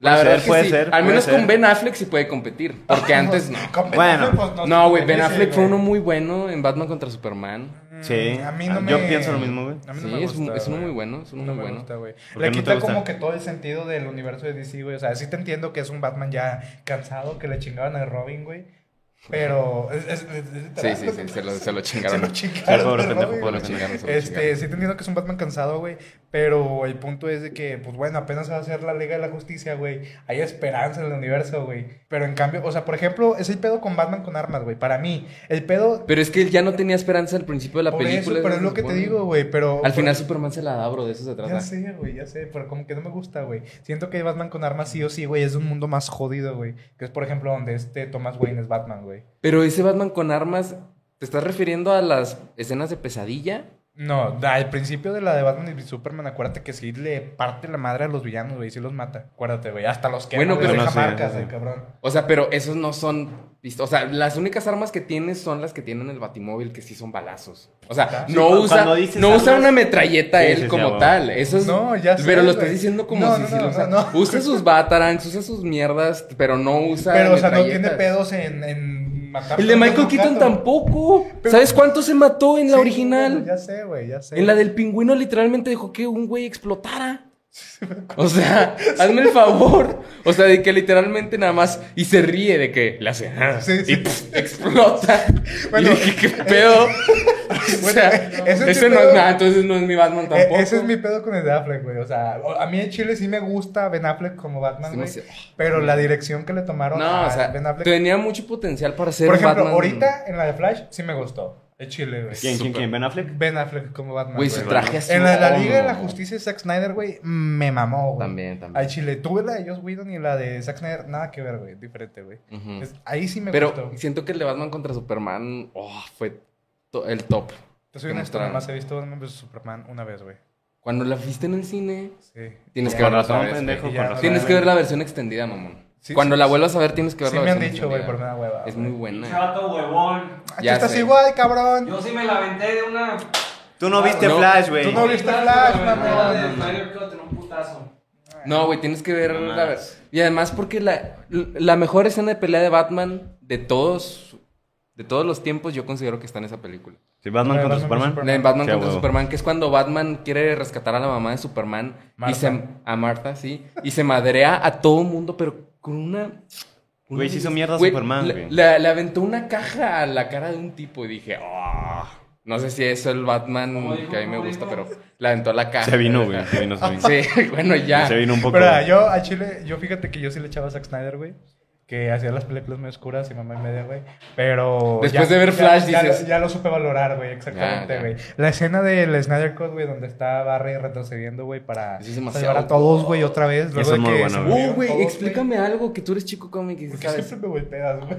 E: La
B: Puede
E: verdad
B: ser,
E: es
B: puede
E: que sí.
B: ser,
E: Al
B: puede
E: menos
B: ser.
E: con Ben Affleck sí puede competir, porque antes no.
A: Con Ben
B: Bueno.
A: Affleck, pues,
E: No, güey,
A: se
E: Ben
A: merece,
E: Affleck fue
A: güey.
E: uno muy bueno en Batman contra Superman.
A: Mm,
B: Sí,
A: a mí no me...
B: yo pienso lo mismo, güey.
A: A mí no
E: Sí,
A: me
E: es
A: gusta,
E: mu- es
A: güey.
E: muy bueno, es muy
A: no me
E: bueno.
A: gusta, güey.
B: ¿Por
A: Le
B: qué no te
A: quita
B: gusta?
A: como que todo el sentido del universo de DC, güey. O sea, sí te entiendo que es un Batman ya cansado, que le chingaban a Robin, güey. Pero... es- es- es- es
E: Sí,
A: literal,
E: sí,
A: güey.
E: sí, se lo, se lo
A: Se
E: chingaron.
A: lo chingaron.
B: pobre
A: de
B: pendejo,
A: Robin,
B: pobre
A: güey.
E: pendejo. Se lo
A: Este,
E: chingaron.
A: sí te entiendo que es un Batman cansado, güey. Pero el punto es de que, pues bueno, apenas va a ser la Liga de la Justicia, güey. Hay esperanza en el universo, güey. Pero en cambio, o sea, por ejemplo, es el pedo con Batman con armas, güey. Para mí, el pedo.
E: Pero es que él ya no tenía esperanza al principio de la
A: por
E: película.
A: eso, pero es
E: se
A: lo que te
E: supone.
A: digo, güey. Pero.
E: Al
A: pero-
E: final Superman se la da, bro, de eso se trata.
A: Ya sé, güey, ya sé, pero como que no me gusta, güey. Siento que Batman con armas sí o sí, güey, es de un mundo más jodido, güey. Que es, por ejemplo, donde este Thomas Wayne es Batman, güey.
E: Pero ese Batman con armas, ¿te estás refiriendo a las escenas de pesadilla?
A: No, da- al principio de la de Batman y Superman, acuérdate que sí le parte la madre a los villanos, güey, sí los mata. Acuérdate, güey, hasta los que
E: Bueno,
A: les
B: pero
A: deja
B: no sé,
A: marcas,
B: no sé.
A: el cabrón.
E: O sea, pero esos no son. pist- O sea, las únicas armas que tiene son las que tienen el batimóvil, que sí son balazos. O sea,
A: Sí,
E: no
B: cu-
E: usa,
B: Ah, cuando dices
E: no usa
B: armas-
E: una metralleta
B: Sí,
E: él
B: sí, sí,
E: como
B: abogado.
E: tal. Eso es.
A: No, ya sé,
E: Pero lo
A: güey.
E: estás diciendo como
A: No,
E: si
A: no,
E: sí
A: no,
E: lo
A: no,
E: usara.
A: no.
E: Usa sus batarangs, usa sus mierdas, pero no usa.
A: Pero, o sea, no tiene
E: metralletas.
A: pedos en, en matar.
E: El de Michael
A: personas con
E: Keaton
A: gato.
E: tampoco.
A: Pero-
E: ¿Sabes cuánto se mató en la
A: Sí,
E: original?
A: güey, Ya sé, güey, ya sé. Eh,
E: En la del pingüino literalmente dejó que un güey explotara. O sea, hazme el favor. O sea, de que literalmente nada más y se ríe de que le hace ah,
A: Sí, sí.
E: y pff, explota.
A: Bueno,
E: y dije, qué pedo. o sea,
A: Bueno, ese es mi
E: ese no
A: pedo.
E: es nada, entonces no es mi Batman
A: E-
E: tampoco.
A: ese es mi pedo con el de Affleck, güey. O sea, o- a mí en Chile sí me gusta Ben Affleck como Batman,
E: Sí,
A: güey.
E: no sé.
A: Pero la dirección que le tomaron
E: No,
A: a
E: o sea,
A: Ben Affleck.
E: tenía mucho potencial para ser
A: Por ejemplo,
E: Batman.
A: ahorita en la de Flash sí me gustó. En Chile, güey.
B: ¿Quién, quién,
E: Súper.
B: quién? ¿Ben Affleck?
A: Ben Affleck como Batman.
E: Güey,
A: güey.
E: su traje azul.
A: En la, la
E: oh,
A: Liga de la
E: no.
A: Justicia de Zack Snyder, güey, me mamó, güey.
E: También,
A: Al
E: también.
A: Chile, tuve la de Joss Whedon y la de Zack Snyder, nada que ver, güey, diferente, güey.
E: Ujú.
A: Es- Ahí sí me
E: Mm. Pero
A: gustó.
E: siento que el de Batman contra Superman oh, fue to- el top.
A: Te soy honesto, nada
E: mostraron.
A: más he visto Batman vs Superman una vez, güey.
E: Cuando la viste en el cine,
A: Sí.
E: tienes
A: Ya,
E: que verla
B: Razón,
E: otra vez.
B: pendejo,
E: güey.
A: güey.
B: con
A: Ya,
B: razón.
E: Tienes que ver la versión extendida, mamón.
A: Sí,
E: Cuando
A: sí,
E: la
A: sí.
E: vuelvas a ver, tienes que ver
A: Sí
E: la
A: me han
E: versión
A: dicho, güey, por
E: extendida.
A: una hueva.
E: Es
A: güey.
E: muy buena.
D: Chato huevón.
A: Ah, tú
E: Ya
A: estás
E: sé.
A: igual, cabrón.
D: Yo sí me la aventé de una.
B: Tú no viste
E: No.
B: Flash, güey.
A: Tú no viste Flash, mamón.
D: De Snyder Cut en un putazo.
E: No, güey, tienes que ver
B: No
E: la
B: más.
E: versión. Y además porque la, la mejor escena de pelea de Batman de todos de todos los tiempos yo considero que está en esa película.
B: Sí, Batman
A: Eh,
B: contra
A: Batman
B: Superman.
A: contra
E: La de Batman
B: Sí,
E: contra
B: huevo.
E: Superman, que es cuando Batman quiere rescatar a la mamá de Superman y
A: Martha.
E: se a Martha, sí, y se madrea a todo mundo, pero con una
B: Güey, se hizo mierda
E: Güey,
B: Superman,
E: la-
B: güey.
E: la- Le aventó una caja a la cara de un tipo y dije, "Ah". no sé si es el
D: Como
E: Batman
D: dijo,
E: que a mí me
D: como
E: gusta,
D: dijo.
E: pero le aventó a la caja.
B: Se vino, güey. Se vino, se vino.
E: Sí, bueno, ya.
B: Se vino un poco.
A: Pero ah,
B: güey.
A: yo a Chile, yo fíjate que yo sí le echaba a Zack Snyder, güey. Que hacía las películas muy oscuras y mamá y media, güey. Pero.
E: Después de ver Flash,
A: ya,
E: dices-
A: Ya, lo supe valorar, güey, exactamente,
E: Ya, ya.
A: güey. La escena del Snyder Cut, güey, donde está Barry retrocediendo, güey, para
E: Sí, es demasiado.
A: salvar a todos, güey, otra vez.
B: Eso
A: Luego
B: es
A: de
B: muy
A: que
B: bueno,
A: se
B: güey.
E: Uh,
A: murieron
E: güey,
A: todos,
E: explícame algo, que tú eres chico cómic y
A: ¿Por qué
E: sabes.
A: siempre me golpeas, güey?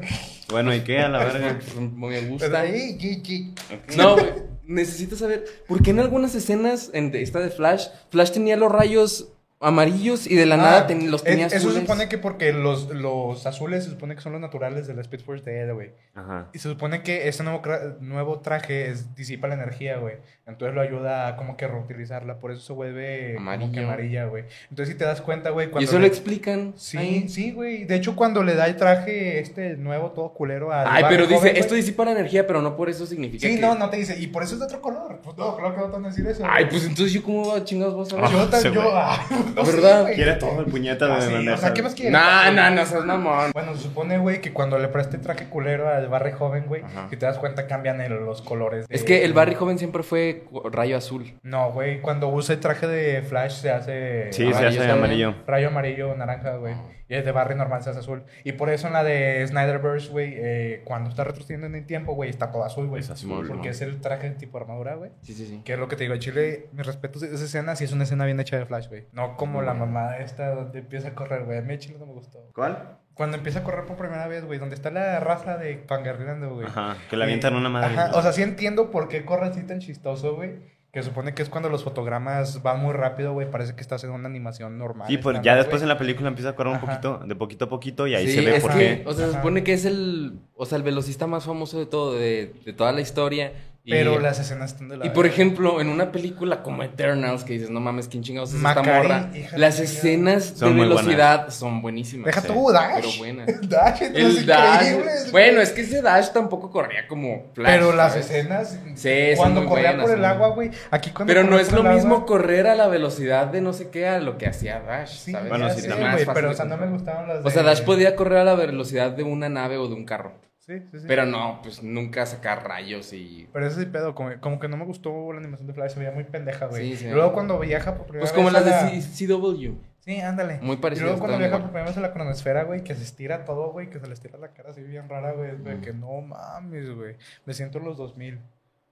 B: Bueno, ¿y qué? A la verga.
E: Pues, Me
A: Pero
E: gusta.
A: ahí, yi, yi.
E: No, güey, necesito saber, ¿por qué en algunas escenas, en de- esta de Flash, Flash tenía los rayos amarillos y de la nada
A: Ah,
E: ten- los
A: es-
E: tenía
A: Eso se
E: azules?
A: supone que porque los, los azules se supone que son los naturales de la Speed Force de él, güey.
B: Ajá.
A: Y se supone que este nuevo, cra- nuevo traje es- disipa la energía, güey. Entonces lo ayuda a como que reutilizarla. Por eso se vuelve como que
E: Amarillo.
A: amarilla, güey. Entonces si te das cuenta, güey,
E: Y
A: cuando...
E: eso
A: le-
E: lo explican.
A: Sí,
E: ahí.
A: sí, güey. De hecho, cuando le da el traje este nuevo todo culero a...
E: Ay, pero dice, esto disipa la energía, pero no por eso significa
A: Sí,
E: que-
A: no, no te dice. Y por eso es de otro color. Pues no, claro que no te van a decir eso.
E: Ay,
A: güey.
E: pues entonces yo cómo va chingados vos a
A: Yo
B: Ah,
A: tan-
B: sí,
A: yo...
B: güey.
A: ah, no sé,
E: ¿Verdad?
A: güey.
B: Quiere todo el puñeta de
A: Ah, sí,
B: bandeja.
A: o sea, ¿qué más quieres?
E: No, no, no seas mamón.
A: Bueno, se supone, güey, que cuando le preste traje culero al Barry joven, güey,
E: Ajá.
A: si te das cuenta cambian el- los colores. de-
E: Es que el Barry joven siempre fue cu- rayo azul.
A: No, güey, cuando usa el traje de Flash se hace
B: Sí, se
E: Amarillo
B: hace
E: también.
B: amarillo.
A: rayo amarillo o naranja, güey. Y el de Barry normal se hace azul. Y por eso en la de Snyderverse, güey, eh, cuando está retrocediendo en el tiempo, güey, está todo azul, güey.
B: Es azul,
A: Porque
E: ¿no?
A: es el traje tipo armadura, güey.
E: Sí, sí, sí.
A: Que es lo que te digo, en Chile, mis respetos, esa escena sí es una escena bien hecha de Flash, güey. No como la mamada esta donde empieza a correr, güey. A mí en Chile no me gustó.
B: ¿Cuál?
A: Cuando empieza a correr por primera vez, güey, donde está la raza de Pangarrilando, güey.
B: Ajá. Que la avientan
A: Sí.
B: una madre.
A: Ajá, O sea, sí entiendo por qué corre así tan chistoso, güey. Que supone que es cuando los fotogramas van muy rápido, güey. Parece que estás en una animación normal.
B: Sí, pues ya
A: estándar,
B: después en
A: güey.
B: la película empieza a correr un
A: Ajá.
B: poquito, de poquito a poquito, y ahí
E: Sí,
B: se ve
E: es
B: por
E: que,
B: qué.
E: O sea, se
A: Ajá.
E: supone que es el, o sea, el velocista más famoso de todo, de, de toda la historia. Y,
A: Pero las escenas están de la.
E: y por
A: verga.
E: ejemplo, en una película como Eternals, que dices, no mames, ¿quién chingados es
A: Macarín,
E: esta
A: hija
E: morra?
A: de
E: Las
A: la
E: escenas de
B: Son muy
E: velocidad son buenísimas.
A: Deja
E: Sí.
A: tú, Dash.
E: Pero buenas.
A: Dash,
E: El Dash. Bueno, es que ese Dash tampoco corría como Flash.
A: Pero las
E: ¿sabes?
A: escenas.
E: Sí, son
A: Cuando
E: muy
A: corría
E: buenas,
A: por el
E: son-
A: agua, güey. Aquí cuando.
E: Pero no
A: corría
E: es
A: por
E: lo
A: el
E: mismo
A: agua-
E: correr a la velocidad de no sé qué a lo que hacía Dash,
A: Sí,
E: ¿sabes?
A: bueno,
B: Bueno,
A: sí,
B: sí,
E: Era
B: también.
E: más
A: güey.
E: fácil
A: Pero,
E: de
A: o sea, no me gustaban las.
E: O sea,
A: de-
E: Dash podía correr a la velocidad de una nave o de un carro.
A: Sí, sí, sí.
E: Pero no, pues nunca sacar rayos y.
A: Pero ese sí pedo, como, como que no me gustó la animación de Flash, se veía muy pendeja, güey.
E: Sí, sí.
A: Y Luego cuando viaja por primera
E: Pues como
A: vez. a
E: las de
A: la-
E: C- CW.
A: Sí, ándale. Y
E: Muy parecido.
A: luego cuando
E: están
A: viaja por
E: igual.
A: primera vez a la cronosfera, güey, que se estira todo, güey, que se le estira la cara así bien rara, güey. es De que no mames, güey. Me siento en los 2000.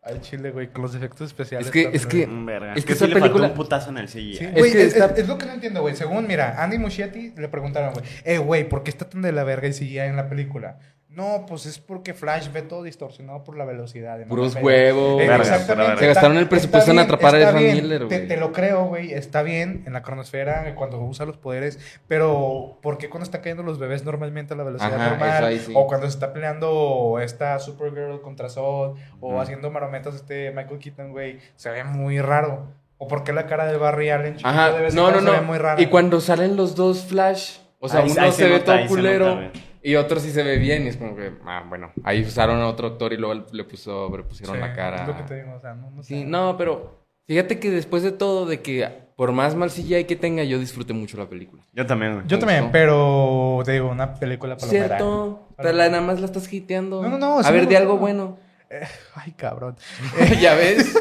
A: Al chile, güey, con los efectos especiales.
E: Es que-
A: también.
E: es que-
B: Mm, verga.
E: Es
B: Es
E: que
B: que sí
E: esa
B: le faltó
E: película-
B: un putazo en el CGI.
A: Sí,
E: Es
A: güey,
E: que
A: es,
E: está-
A: es- es lo que no entiendo, güey. Según, mira, Andy Muschietti le preguntaron, güey, eh, güey, ¿por qué está tan de la verga y seguía en la película? No, pues es porque Flash ve todo distorsionado por la velocidad. y no
E: Puros
A: me-
E: huevos.
A: Eh,
B: Verga,
A: exactamente.
B: verga.
E: Se gastaron el
A: Está-
E: presupuesto en
A: está
E: atrapar a
A: está
E: Ezra
A: bien,
E: Miller,
A: te-
E: güey.
A: Te, lo creo, güey. Está bien en la cronosfera eh, cuando usa los poderes, pero ¿por qué cuando están cayendo los bebés normalmente a la velocidad
E: Ajá,
A: normal?
E: eso ahí sí.
A: O cuando se está peleando esta Supergirl contra Zod, o
E: Ujú.
A: haciendo marometas este Michael Keaton, güey. Se ve muy raro. ¿o por qué la cara de Barry Allen chiquito de
E: Ajá,
A: vez en
E: no, no,
A: cuando se
E: no.
A: ve muy rara?
E: Y cuando salen los dos Flash, o sea,
B: Ahí-
E: uno
B: ahí
E: se,
B: se
E: ve
B: nota, ahí
E: todo
B: se
E: culero
B: nota, güey.
E: y otro sí se ve bien. Y es como que, ah, bueno, ahí usaron a otro actor y luego le, puso, le pusieron
A: Sí,
E: la cara.
A: es lo que te digo, o sea, no, no
E: Sí,
A: sé.
E: no, pero fíjate que después de todo, de que por más mal CGI que tenga, yo disfruté mucho la película.
B: Yo también, güey.
A: Yo también,
E: Justo.
A: pero te digo, una película palomera.
E: Cierto,
A: Palomera.
E: te la- nada más la estás hiteando.
A: No, no, no, sí
E: A
A: me
E: ver, de
A: gustó.
E: algo bueno.
A: Ay, cabrón.
E: ya ves.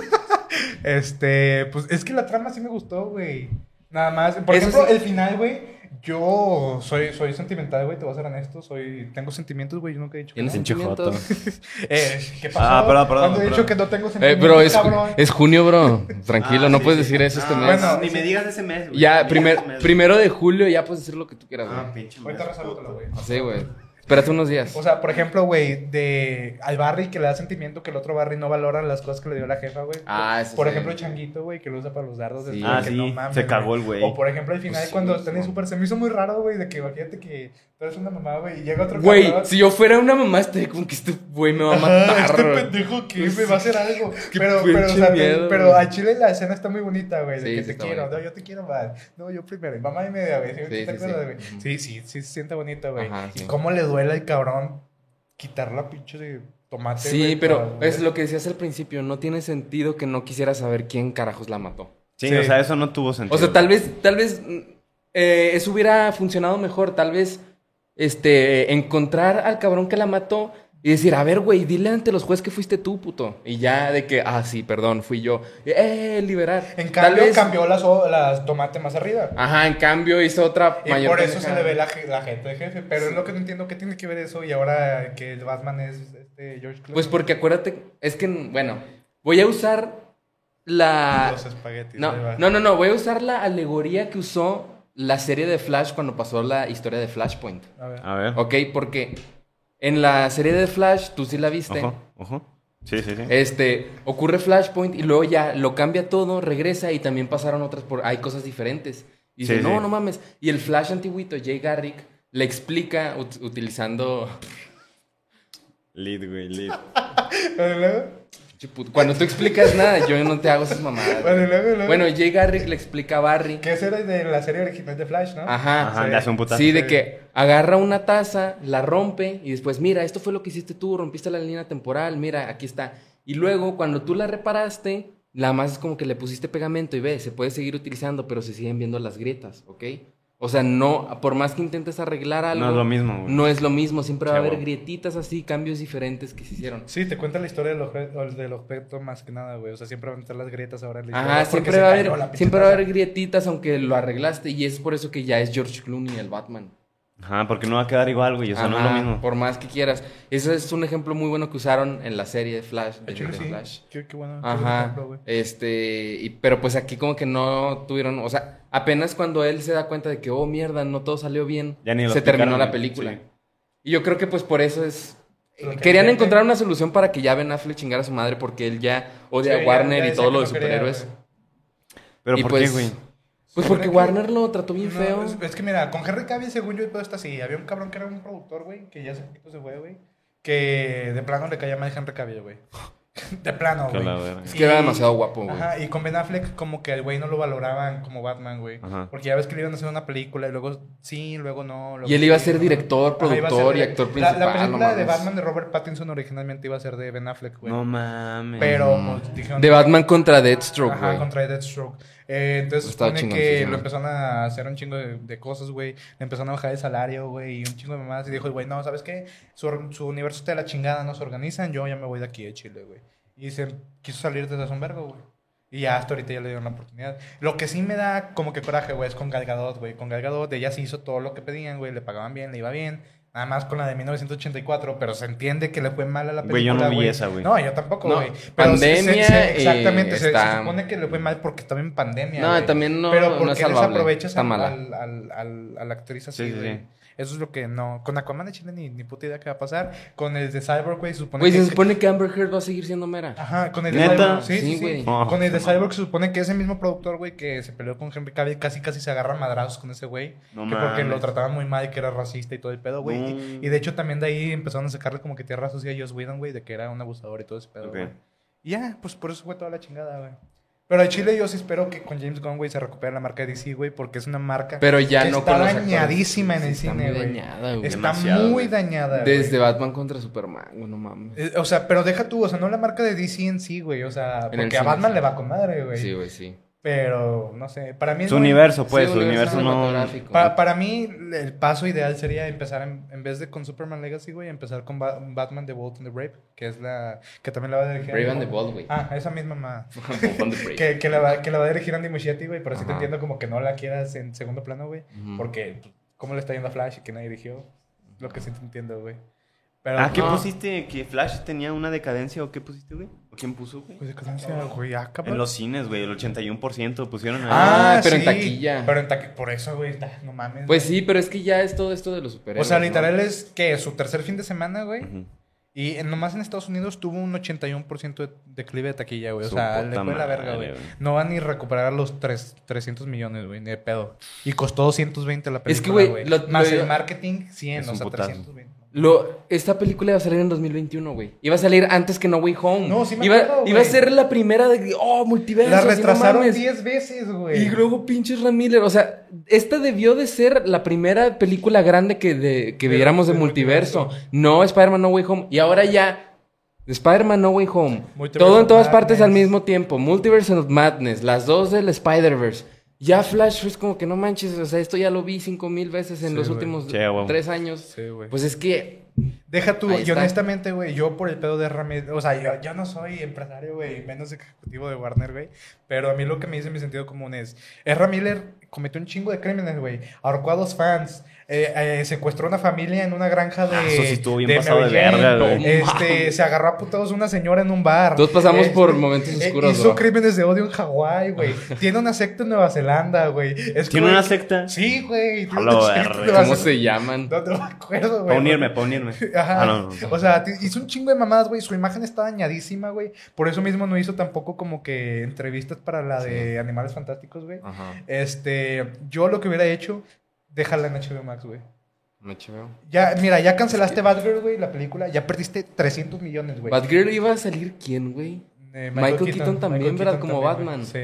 A: Este, pues es que la trama sí me gustó, güey. Nada más. Por
E: Eso
A: ejemplo,
E: sí.
A: el final, güey. Yo soy, soy sentimental, güey, te voy a ser honesto. Soy, tengo sentimientos, güey. Yo nunca he dicho que no.
E: Tienes sentimientos.
A: Eh, ¿Qué pasó?
B: Ah, perdón, perdón,
A: Cuando he
B: perdón.
A: dicho que no tengo
E: Eh,
A: sentimientos,
E: bro, es,
A: cabrón.
E: es junio, bro. Tranquilo,
B: Ah,
E: no
B: sí,
E: puedes
B: sí.
E: decir eso este
B: No,
E: mes.
A: Bueno,
B: ni me
A: sí.
B: digas ese mes, güey.
E: ya,
B: Ni
E: primer-
B: ese mes, güey.
E: primero de julio ya puedes decir lo que tú quieras,
B: Ah,
E: güey.
B: pinche
A: Ahorita
B: mes,
A: resáltalo, güey.
E: Sí, güey. Espérate unos días.
A: O sea, por ejemplo, güey, de al Barry que le da sentimiento que el otro Barry no valora las cosas que le dio la jefa, güey.
E: Ah, eso
A: Por
E: sí.
A: ejemplo, Changuito, güey, que lo usa para los dardos.
E: Sí.
A: es como
B: Ah,
A: que
B: sí.
A: no mames,
B: se cagó el güey.
A: O por ejemplo, al final,
E: Pues sí,
A: cuando
E: sí,
A: están en
E: no.
A: Super, se me hizo muy raro, güey, de que imagínate que tú eres una mamá, güey, y llega otro
E: Güey,
A: cabrón.
E: si yo fuera una mamá, estaría como que este güey me va a
A: "Ah,
E: matar.
A: Este
E: güey.
A: pendejo que me va a hacer algo. Pero,
E: pinche
A: pero, o sea, te-
E: miedo,
A: pero
E: güey.
A: a Chile la escena está muy bonita, güey. De
E: Sí,
A: que
E: sí
A: te
E: está
A: quiero,
E: bonita.
A: no, yo te quiero más. No, yo primero. y Mamá y media, güey. Sí,
E: Sí,
A: ¿te
E: sí, sí.
A: acuerdas, güey? sí,
E: Ujú.
A: sí, sí, se siente bonito, güey.
E: Ajá,
A: y
E: sí.
A: cómo le duele al cabrón quitar la pinche de tomate.
E: Sí,
A: güey,
E: pero
A: para-
E: es lo que decías al principio, no tiene sentido que no quisiera saber quién carajos la mató.
B: Sí,
A: Sí.
B: o sea, eso no tuvo sentido.
E: O sea, tal vez, tal vez mm, eh, eso hubiera funcionado mejor, tal vez este encontrar al cabrón que la mató y decir, a ver, güey, dile ante los jueces que fuiste tú, puto. Y ya de que, ah, sí, perdón, fui yo. Eh, liberar.
A: En
E: Tal
A: cambio,
E: vez-
A: cambió las, o- las tomate más arriba.
E: Ajá, en cambio hizo otra
A: Y
E: mayor
A: por eso se
E: pendejada.
A: le ve la, je- la gente de jefe. Pero es lo que no entiendo qué tiene que ver eso. Y ahora que el Batman es este George Clooney.
E: Pues porque acuérdate, es que, bueno, voy a usar la...
A: Los espaguetis. ahí va.
E: ah, No, no, no, no, voy a usar la alegoría que usó la serie de Flash cuando pasó la historia de Flashpoint.
A: A ver.
B: A ver.
E: Ok, porque en la serie de Flash, tú sí la viste.
B: Ojo, ojo. Sí, sí, sí.
E: Este, ocurre Flashpoint y luego ya lo cambia todo, regresa y también pasaron otras por hay cosas diferentes. Y dice,
B: Sí,
E: "No,
B: sí.
E: no mames." Y el Flash antiguito, Jay Garrick, le explica ut- utilizando
B: Lead, güey, lead.
A: Ah, Bueno, y luego,
E: cuando tú explicas nada, yo no te hago esas mamadas.
A: bueno, y luego, y luego.
E: Bueno, Jay Garrick le explica a Barry.
A: Que ese era de la serie original de Flash, ¿no?
E: Ajá.
B: Ajá,
A: sí.
B: le hace un putazo.
E: Sí, de que agarra una taza, la rompe y después, mira, esto fue lo que hiciste tú, rompiste la línea temporal, mira, aquí está. Y luego, cuando tú la reparaste, la más es como que le pusiste pegamento y ve, se puede seguir utilizando, pero se siguen viendo las grietas, ¿ok? O sea, no, por más que intentes arreglar algo,
B: No es lo mismo, güey.
E: no es lo mismo, siempre va a
B: Sí,
E: haber
B: güey.
E: grietitas así, cambios diferentes que se hicieron.
A: Sí, te cuenta la historia de los, objetos más que nada, güey. O sea, siempre van a estar las grietas ahora en la historia.
E: Ajá,
A: porque
E: siempre
A: se
E: va, a
A: cayó la
E: haber,
A: pinche
E: siempre va a haber
A: taza.
E: grietitas aunque lo arreglaste y es por eso que ya es George Clooney el Batman.
B: Ajá, porque no va a quedar igual, güey. O sea, no es lo
E: Ajá,
B: mismo.
E: Por más que quieras. Ese es un ejemplo muy bueno que usaron en la serie de Flash. De,
A: De hecho,
E: de
A: sí.
E: Flash.
A: Qué, qué bueno. qué buen
E: Ajá.
A: ejemplo, güey.
E: Este, y- pero pues aquí como que no tuvieron, o sea, apenas cuando él se da cuenta de que, oh, mierda, no todo salió bien,
B: Ya ni lo
E: se terminó
B: explicaron,
E: la
B: güey.
E: película.
B: Sí.
E: Y yo creo que pues por eso es... eh,
A: Lo que
E: Querían
A: entiende.
E: encontrar una solución para que ya Ben Affleck chingara a su madre porque él ya odia
A: Sí,
E: a
A: ya-
E: Warner
A: ya
E: y
A: decía
E: todo
A: que
E: lo de
A: no quería,
E: superhéroes.
A: güey.
B: Pero
E: Y
B: ¿por
E: pues-
B: qué, güey?
E: Pues
A: Sí,
E: porque
A: creo que-
E: Warner lo trató bien
A: No,
E: feo.
A: Es, es que mira, con Henry Cavill, según yo, y todo está así. Había un cabrón que era un productor, güey, que ya hace poquito se fue, güey. Que de plano le caía mal Henry Cavill, güey. De plano,
B: Que
A: güey.
B: la verga.
E: Es que era demasiado guapo, güey.
A: Ajá, y con Ben Affleck como que al güey no lo valoraban como Batman, güey.
B: Ajá.
A: Porque ya ves que le iban a hacer una película y luego sí, luego no. luego
E: Y él iba a
A: sí,
E: ser
A: luego no.
E: director,
A: Ajá, iba a ser
E: productor y
A: direct-
E: actor
A: La- La,
E: principal, no
A: película de
E: mames.
A: Batman de Robert Pattinson originalmente iba a ser de Ben Affleck, güey.
B: No mames.
A: Pero, pues, dijeron...
E: De Batman contra Deathstroke,
A: Ajá,
E: güey.
A: contra Deathstroke. Eh, entonces
E: Estaba
A: supone que
E: chingoncísimo.
A: lo empezaron a hacer un chingo de, de cosas, güey. Le empezaron a bajar el salario, güey, y un chingo de mamás. Y dijo, güey, no, ¿sabes qué? Su, or- su universo está de la chingada, no se organizan, yo ya me voy de aquí de Chile, güey. Y se quiso salir de Sasonbergo, güey. Y ya hasta ahorita ya le dieron la oportunidad. Lo que sí me da como que coraje, güey, es con Galgadot, güey. Con Galgadot, ella sí hizo todo lo que pedían, güey. Le pagaban bien, le iba bien. Nada más con la de 1984, pero se entiende que le fue mal a la
B: Güey, yo
A: película.
B: no vi esa, güey.
A: No, yo tampoco,
E: No,
A: güey. Pero se- se-
E: pandemia,
A: se- exactamente,
E: eh,
A: se- se,
E: está-
A: supone que le fue mal porque estaba en pandemia.
E: No,
A: güey.
E: también no-
A: Pero
E: no
A: porque
E: es salvable,
A: desaprovechas
E: está
A: al,
E: mala.
A: al, al- al- a la actriz así,
B: Sí, sí,
A: güey.
B: sí.
A: Eso es lo que no. Con Aquaman de Chile ni, ni puta idea qué va a pasar. Con el de Cyborg, güey, se supone
E: Güey,
A: que.
E: se supone que Amber Heard va a seguir siendo mera.
A: Ajá, con el de
B: ¿Neta?
A: Cyborg. Sí,
E: Sí,
A: sí, sí.
E: güey.
B: Oh,
A: con el de
B: se mamó.
A: Cyborg se supone que ese mismo productor, güey, que se peleó con Henry Cavill, casi casi se agarra a madrazos con ese güey.
B: No
A: que porque lo
B: mames.
A: trataban muy mal, que era racista y todo el pedo, güey.
B: No.
A: Y, y de hecho también de ahí empezaron a sacarle como que tierra sucia a Joss Whedon, güey, de que era un abusador y todo ese pedo.
B: Ok.
A: güey. Y ya, pues por eso fue toda la chingada, güey. Pero a Chile yo sí espero que con James Gunn, güey, se recupere la marca de DC, güey, porque es una marca
E: Pero ya
A: que
E: no
A: está
E: con los actores.
A: dañadísima en
E: Sí,
A: el
E: está
A: cine,
E: muy
A: güey.
E: dañada, güey.
A: Está
B: Demasiado,
A: muy
B: güey.
A: dañada, güey.
E: Desde Batman contra Superman, güey, no mames.
A: Eh, O sea, pero deja tú, o sea, no la marca de DC en sí, güey. O sea,
E: En el
A: porque a
E: cine,
A: Batman
E: sí.
A: le va con madre, güey.
E: Sí, güey, sí.
A: Pero, no sé, para mí... es
B: Su
A: muy-
B: universo, pues,
E: Sí,
B: su universo no.
E: cinematográfico.
A: Pa- para mí, el paso ideal sería empezar, en, en vez de con Superman Legacy, güey, empezar con Ba- Batman The Bold and the Brave, que es la... que también la va a dirigir...
E: Brave and the Bold, güey.
A: Ah, esa misma mamá.
E: Bold and the Brave.
A: Que, que, la va, que la va a dirigir Andy Muschietti, güey, pero sí te
E: Ajá.
A: entiendo como que no la quieras en segundo plano, güey.
E: Ujú.
A: Porque, ¿cómo le está yendo a Flash y quién la dirigió? Lo que sí te entiendo, güey. Pero...
B: Ah, ¿qué
E: No.
B: pusiste? ¿Que Flash tenía una decadencia o qué pusiste, güey? ¿O quién puso, güey?
A: Pues, ¿qué tal, güey? Ah, cabrón.
B: En los cines, güey, el 81% pusieron ahí.
E: Ah, pero en taquilla.
A: Pero en taquilla. Por eso, güey. ta- No mames.
E: Pues
A: güey.
E: sí, pero es que ya es todo esto de los
A: O
E: superhéroes.
A: sea,
E: ¿no?
A: literal es que su tercer fin de semana, güey.
B: Ujú.
A: Y en- nomás en Estados Unidos tuvo un 81% de declive de taquilla, güey. O
B: Su
A: sea, le
B: puta
A: fue la verga,
B: madre,
A: güey.
B: güey.
A: No va ni a recuperar los tres- 300 millones, güey, ni de pedo. Y costó 220 la película.
E: Es que, güey, lo-
A: Más
E: lo-
A: el marketing, 100,
B: Es
A: o
B: un
A: sea,
B: putazo.
A: 320.
E: Lo, esta película iba a salir en 2021, güey. Iba a salir antes que No Way Home.
A: No, sí me
E: iba,
A: acuerdo,
E: iba a
A: güey.
E: ser la primera de. Oh, multiverso.
A: La
E: sí, no
A: retrasaron
E: mames.
A: 10 veces, güey.
E: Y luego pinches Ramírez. O sea, esta debió de ser la primera película grande que, de, que
A: De-
E: viéramos de
A: de
E: multiverso. No Spider-Man No Way Home. Y ahora ya. Spider-Man No Way Home.
A: Multiverse
E: Todo en
A: of
E: todas partes al
A: Madness.
E: mismo tiempo. Multiverse of Madness. Las dos del Spider-Verse. Ya Flash es como que no manches. O sea, esto ya lo vi cinco mil veces en
A: Sí,
E: los
A: güey.
E: últimos
B: Sí, a huevo.
E: tres años.
A: Sí, güey.
E: Pues es que
A: Deja tú,
E: Ahí
A: y
E: está.
A: honestamente, güey, yo por el pedo de Ramírez, o sea, yo, yo no soy empresario, güey, menos ejecutivo de Warner, güey, pero a mí lo que me dice mi sentido común es, Ezra Miller cometió un chingo de crímenes, güey, ahorcó a los fans, eh, eh, secuestró a una familia en una granja de...
B: Ah, eso sí estuvo bien
A: de
B: pasado
A: Mary
B: de
A: Jane,
B: verga, güey.
E: No
A: Este, se agarró a putados una señora en un bar.
E: Todos pasamos
A: Este,
E: por momentos
A: eh,
E: oscuros,
A: Hizo
E: bro.
A: crímenes de odio en Hawái, güey, tiene una secta en Nueva Zelanda, güey. Es
B: ¿Tiene
A: como-
B: una secta?
A: Sí, güey. tiene
B: A la
A: una secta en
B: verga.
A: Nueva
E: ¿Cómo se
A: Zelanda.
E: llaman?
A: No, no me acuerdo, güey.
B: Para unirme, para unirme.
A: Ajá.
B: Ah, no, no, no.
A: O sea, ti- hizo un chingo de mamadas, güey. Su imagen está dañadísima, güey. Por eso mismo no hizo tampoco como que entrevistas para la de Animales Fantásticos, güey.
E: Ajá.
A: Este, yo lo que hubiera hecho, déjala en HBO Max, güey.
E: Me chiveo.
A: Ya, mira, ya cancelaste Batgirl, güey, la película. Ya perdiste 300 millones, güey.
E: Batgirl iba a salir quién, güey?
A: Eh,
E: Michael Keaton también, ¿verdad? Como
A: güey.
E: Batman.
A: Sí.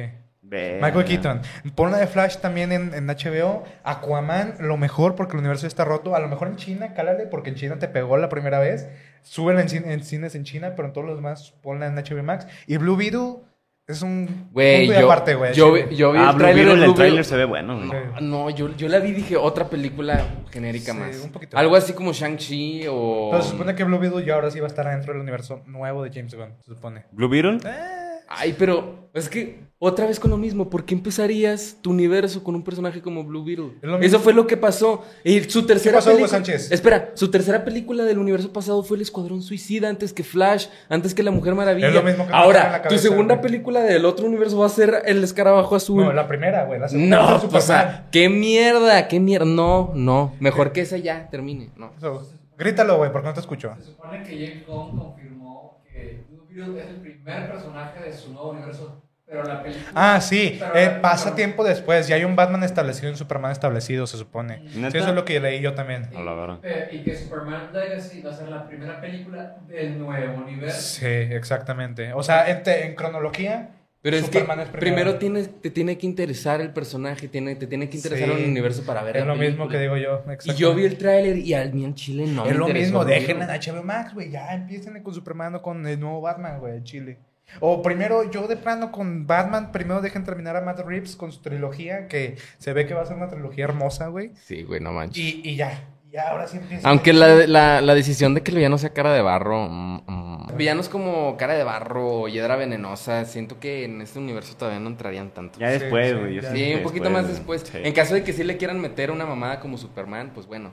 B: Verga.
A: Michael
E: Eh,
A: Keaton. Pon la de Flash también en, en HBO. Aquaman, lo mejor porque el universo está roto. A lo mejor en China, cálale, porque en China te pegó la primera vez. Súbela en, cin- en cines en China, pero en todos los demás ponla en HBO Max. Y Blue Beetle es un
E: Güey,
A: punto y
E: yo,
A: aparte, güey.
E: yo,
A: Sí,
E: vi- yo vi
B: Ah,
E: el
B: Blue
E: tráiler de
B: Beetle,
E: Blue
B: el tráiler
E: Beetle.
B: se ve bueno, güey.
A: Sí.
E: No, yo, yo la vi y dije otra película genérica
A: Sí,
E: más.
A: un poquito.
E: Algo así como Shang-Chi o.
A: Pero se supone que Blue Beetle ya ahora sí va a estar dentro del universo nuevo de James Gunn, se supone.
B: ¿Blue Beetle?
E: Eh, Ay, pero es que otra vez con lo mismo. ¿Por qué empezarías tu universo con un personaje como Blue Beetle?
A: Es lo mismo.
E: Eso fue lo que pasó. Y su tercera
A: pasó, Hugo
E: película-
A: Sánchez?
E: Espera, su tercera película del universo pasado fue El Escuadrón Suicida antes que Flash, antes que La Mujer Maravilla.
A: Es lo mismo que me
E: Ahora,
A: pasa en la
E: tu
A: cabeza,
E: segunda
A: güey.
E: película del otro universo va a ser El Escarabajo Azul.
A: No, la primera, güey. la segunda
E: No,
A: es
E: pues, o
A: Superman.
E: sea, qué mierda, qué mierda. No, no. Mejor que esa ya termine. No.
A: So, grítalo, güey, porque no te escucho.
D: Se supone que Jake Gunn confirmó que Blue Beetle es el primer personaje de su nuevo universo, pero la película...
A: Ah, sí.
D: Pero-
A: eh, pasa
D: pero-
A: tiempo después. Ya hay un Batman establecido y un Superman establecido, se supone.
B: ¿Neta?
A: Sí, eso es lo que leí yo también.
B: A la verga.
D: Eh, Y que Superman Legacy va a ser la primera película del nuevo universo.
A: Sí, exactamente. O sea, en, te- en cronología,
E: Pero es que
A: Superman es
E: primero,
A: primero.
E: tienes, te tiene que interesar el personaje, tiene, te tiene que interesar
A: Sí.
E: el universo para ver
A: es lo
E: la
A: mismo
E: película.
A: que digo yo.
E: Y yo
A: exactamente.
E: vi el tráiler y al mí en Chile no me
A: es lo
E: interesó,
A: mismo,
E: güey.
A: déjenla en HBO Max, güey. Ya empiecen con Superman o con el nuevo Batman, güey, en Chile. O primero, yo de plano con Batman, primero dejen terminar a Matt Reeves con su trilogía, que se ve que va a ser una trilogía hermosa, güey.
E: Sí, güey, no manches.
A: Y, y ya, ya ahora sí empieza.
E: Aunque la, la, la decisión de que el villano sea cara de barro. mm, mm. Villanos como cara de barro o hiedra venenosa, siento que en este universo todavía no entrarían tanto.
B: Ya
A: Sí, sí,
B: después, güey. yo
A: ya.
B: siento
E: Sí,
B: que
E: un poquito más
B: güey.
E: después.
B: Sí.
E: En caso de que sí le quieran meter una mamada como Superman, pues bueno.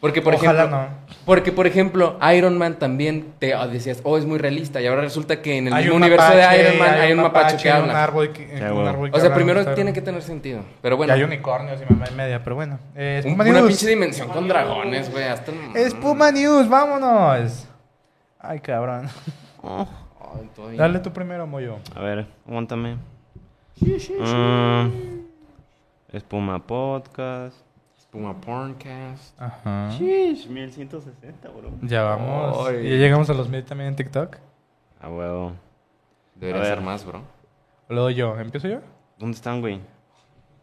E: Porque, por
A: Ojalá
E: ejemplo,
A: no.
E: porque, por ejemplo, Iron Man también te ah, decías, oh, es muy realista. Y ahora resulta que en el mismo universo
A: mapache,
E: de Iron Man hay un mapacho que
A: en un
E: habla.
A: árbol que- en
B: Ya,
A: un
B: güey.
A: árbol que
E: O sea,
A: habla,
E: primero
A: está-
E: tiene que tener sentido.
A: Ya
E: Pero bueno,
A: hay unicornios y mamá y media, pero bueno. Eh,
E: un-
A: Espuma
E: una
A: News.
E: pinche dimensión con dragones, güey. Hasta el-
A: Espuma News, vámonos. Ay, cabrón.
B: Oh.
E: Ay, todavía.
A: Dale tú primero, Moyo.
B: A ver, aguántame. Mm, espuma Podcast.
E: Espuma Porncast.
A: Ajá.
B: Shish, 1160, bro.
A: Ya vamos.
E: Ay.
A: Ya llegamos a los mil también en TikTok.
B: A huevo.
E: Debería
B: A ver.
E: ser más, bro.
A: Luego yo. ¿Empiezo yo?
B: ¿Dónde están, güey?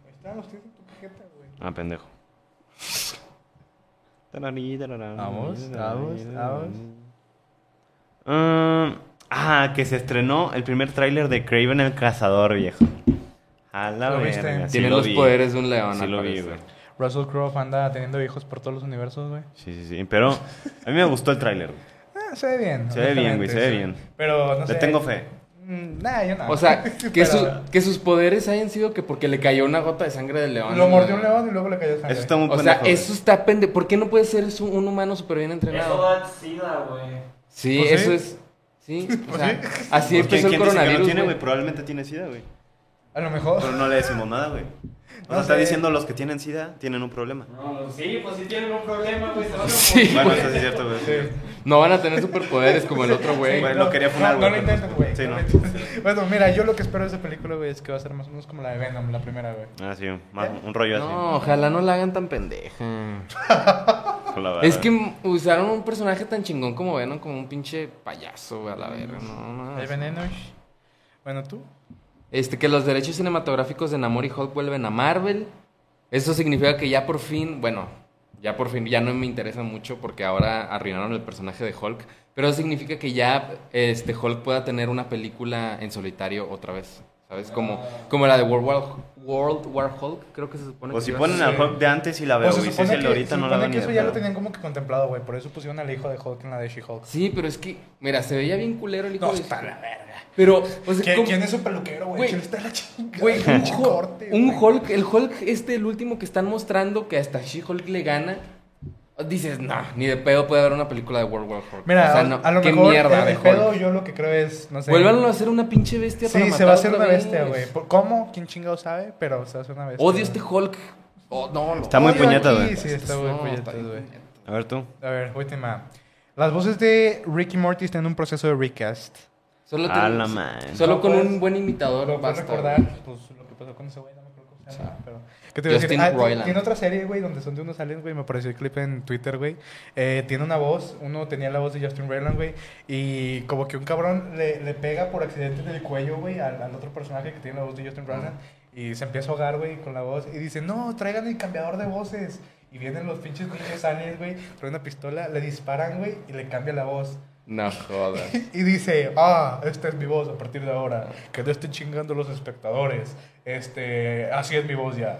A: Están los tíos en tu cajeta, güey.
B: Ah, pendejo. Tararí, tarará,
A: Vamos,
B: tararí,
A: vamos,
B: tararí.
A: vamos.
B: Mm, ah, que se estrenó el primer tráiler de Craven el Cazador, viejo. A la
A: ¿Lo viste?
B: verga, sí
E: Tiene
B: lo
E: los
B: vi.
E: poderes de un león,
B: Sí
E: al
B: lo vi,
E: parecer.
B: güey.
A: Russell Crowe anda teniendo hijos por todos los universos, güey.
B: Sí, sí, sí. Pero a mí me gustó el tráiler. güey.
A: Ah, se ve bien.
B: Se ve bien, güey,
A: honestamente,
B: se ve
A: sí.
B: bien.
A: Pero no sé.
B: Le tengo fe.
A: Mm, Nah, yo no.
E: O sea, que,
A: Pero
E: su- que sus poderes hayan sido que porque le cayó una gota de sangre del león.
A: Lo mordió un león y luego le cayó sangre.
B: Eso está muy
E: O sea,
B: pendejo, güey.
E: eso está pendejo. ¿Por qué no puede ser su- un humano súper bien
F: Eso
E: entrenado?
F: da sida, güey.
E: Sí,
A: Pues sí.
E: eso es. Sí, o sea, así
B: Pues,
E: empezó el
B: ¿quién dice que no
E: coronavirus.
B: tiene,
E: güey.
B: güey? Probablemente tiene sida, güey.
A: A lo mejor.
B: Pero no le decimos nada, güey. O sea,
A: No
B: está
A: sé.
B: diciendo los que tienen SIDA tienen un problema.
F: No, sí, pues si tienen un problema, güey, se van a
E: Sí.
B: Bueno, eso sí es cierto, güey.
E: No van a tener superpoderes como el otro güey.
B: Bueno, lo quería funar,
A: no,
B: güey,
A: No lo
B: pero-
A: intenten, güey.
B: Sí,
A: no
B: no.
A: lo intenten. Bueno, mira, yo lo que espero de esa película, güey, es que va a ser más o menos como la de Venom, la primera, güey.
B: Ah, sí, más- un rollo
E: No, ojalá no la hagan tan pendeja.
B: así. con la
E: Es
B: verdad.
E: que m- usaron un personaje tan chingón como Venom, como un pinche payaso, güey, a la verga. No, no.
A: El veneno. sh. Bueno, tú.
E: Este, que los derechos cinematográficos de Namor y Hulk vuelven a Marvel. Eso significa que ya por fin, bueno, ya por fin, ya no me interesa mucho porque ahora arruinaron el personaje de Hulk. Pero eso significa que ya este Hulk pueda tener una película en solitario otra vez. ¿Sabes? Como, como la de World War, World War Hulk, creo que se supone.
B: O
E: que
B: si
E: iba a
B: ponen
E: ser.
B: al Hulk de antes y la veo,
A: o se
B: güey. Si es
A: supone
B: el
A: que,
B: de ahorita
A: se
B: no la
A: supone
B: veo
A: que
B: ni de
A: eso ya lo
B: pedo.
A: tenían como que contemplado, güey. Por eso pusieron al hijo de Hulk en la de She-Hulk.
E: Sí, pero es que, mira, se veía bien culero el hijo
A: No,
E: de-
A: está la verga.
E: Pero, o sea,
A: ¿Quién,
E: ¿cómo-
A: quién es su peluquero, güey?
E: Güey.
A: ¿Quién está en la chingada?
E: Güey, un,
A: Pinche
E: Hulk-
A: corte,
E: un
A: güey.
E: Hulk, el Hulk este, el último que están mostrando que hasta She-Hulk le gana. Dices, no, ni de pedo puede haber una película de World War Hulk.
A: Mira,
E: O sea, no,
A: a lo
E: qué
A: mejor
E: mierda
A: el
E: de
A: de pedo
E: Hulk.
A: yo lo que creo es, no sé.
E: Vuélvanlo a hacer una pinche bestia para
A: Sí, se
E: matar
A: va a hacer
E: otra
A: una
E: vez.
A: bestia, güey. Por- ¿Cómo? ¿Quién chingado sabe? Pero se va a hacer una bestia.
E: Odio este Hulk. Oh, no, lo
B: Está muy
E: odio. este
B: puñeta, güey.
A: Sí, sí, está muy
E: No,
A: puñetas,
E: bien
A: güey.
E: puñeta.
B: A ver tú.
A: A ver, última. Las voces de Ricky Morty están en un proceso de recast.
E: Solo,
B: A
E: ten-
B: la madre.
E: solo
A: No,
E: con
A: pues,
E: un buen imitador
A: Pero para
E: basta.
A: recordar,
E: güey.
A: pues, lo que pasó con ese güey, no me acuerdo cómo se llama, pero... ¿Qué te iba a decir?
E: Justin
A: Ah, ti-
E: Roiland.
A: tiene otra serie, güey, donde son de unos aliens, güey, me apareció el clip en Twitter, güey. Eh, tiene una voz, uno tenía la voz de Justin Roiland, güey, y como que un cabrón le, le pega por accidente en el cuello, güey, al, al otro personaje que tiene la voz de Justin Roiland, y se empieza a ahogar, güey, con la voz, y dice, no, traigan el cambiador de voces. Y vienen los pinches niños aliens, güey, traen una pistola, le disparan, güey, y le cambia la voz.
E: No jodas.
A: Y dice, ah, esta es mi voz a partir de ahora. Que no estén chingando los espectadores. Este, así es mi voz ya.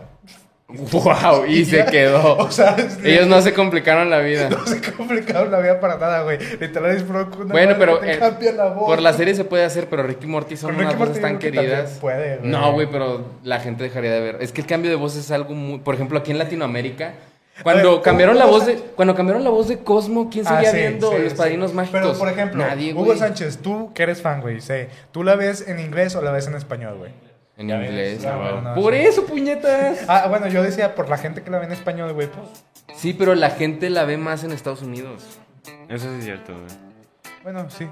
E: wow, y se
A: ya.
E: quedó.
A: O sea, es-
E: Ellos no se complicaron la vida.
A: No se complicaron la vida para nada, güey. Literal es bronco. una
E: Bueno,
A: madre
E: pero
A: que te
E: eh,
A: cambia la voz.
E: por la serie se puede hacer, pero Ricky Morty son
A: Con
E: unas
A: Ricky Martin
E: voces tan
A: yo creo que también
E: queridas.
A: Puede, güey.
E: No, güey, pero la gente dejaría de ver. Es que el cambio de voz es algo muy, por ejemplo, aquí en Latinoamérica, cuando
A: Oye, ¿cómo-
E: cambiaron la
A: cómo
E: voz de
A: se-
E: cuando cambiaron la voz de Cosmo, ¿quién seguía
A: Ah, sí,
E: viendo
A: sí,
E: Los
A: sí.
E: Padrinos Mágicos?
A: Pero, por ejemplo,
E: nadie,
A: Hugo
E: güey.
A: Sánchez, tú que eres fan, güey, sé, ¿tú la ves en inglés o la ves en español, güey?
E: en
A: Ya ves,
E: inglés.
A: ah,
E: güey.
A: bueno, no,
E: por
A: sí.
E: eso, puñetas.
A: Ah, bueno, yo decía por la gente que la ve en español, güey, pues.
E: Sí, pero la gente la ve más en Estados Unidos.
B: Eso sí es cierto, güey.
A: Bueno, sí.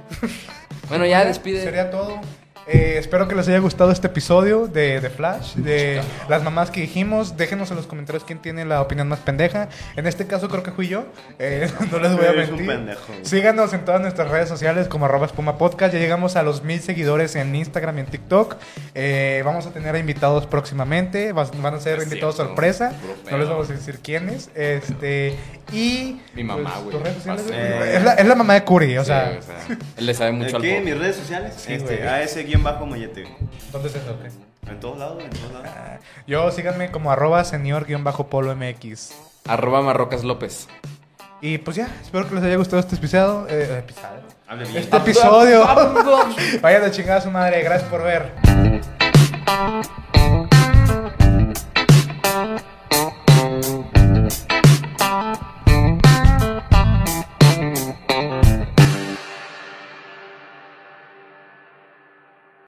E: Bueno, ya despide.
A: Sería todo. Eh, espero que les haya gustado este episodio de, de Flash, de las mamás que dijimos. Déjenos en los comentarios quién tiene la opinión más pendeja. En este caso creo que fui yo. Eh, no les voy a
B: Eres un
A: mentir.
B: pendejo, güey.
A: Síganos en todas nuestras redes sociales como arroba espuma podcast. Ya llegamos a los mil seguidores en Instagram y en TikTok. Eh, vamos a tener invitados próximamente. Vas- Van a ser
E: Es
A: invitados
E: cierto,
A: sorpresa.
E: puro
A: No
E: pedo.
A: les vamos a decir quiénes. Este, y...
E: Mi mamá,
A: pues,
E: güey,
A: tus redes sociales,
E: pasé.
A: güey. Es la, es la mamá de Curi, o
E: Sí,
A: sea...
E: o sea, Él le sabe mucho al
B: Aquí en
E: pop.
B: mis redes sociales,
A: Sí,
B: este,
A: güey.
B: AS-mollete. güey.
A: ¿Dónde es eso? güey?
B: En todos lados, en todos lados.
A: Yo síganme como arroba senior-polo mx.
E: Arroba Marrocas López.
A: Y pues ya, espero que les haya gustado este episodiado. eh, episodiado.
B: Hable bien.
A: Este episodio. Vayan a chingar a su madre. Gracias por ver.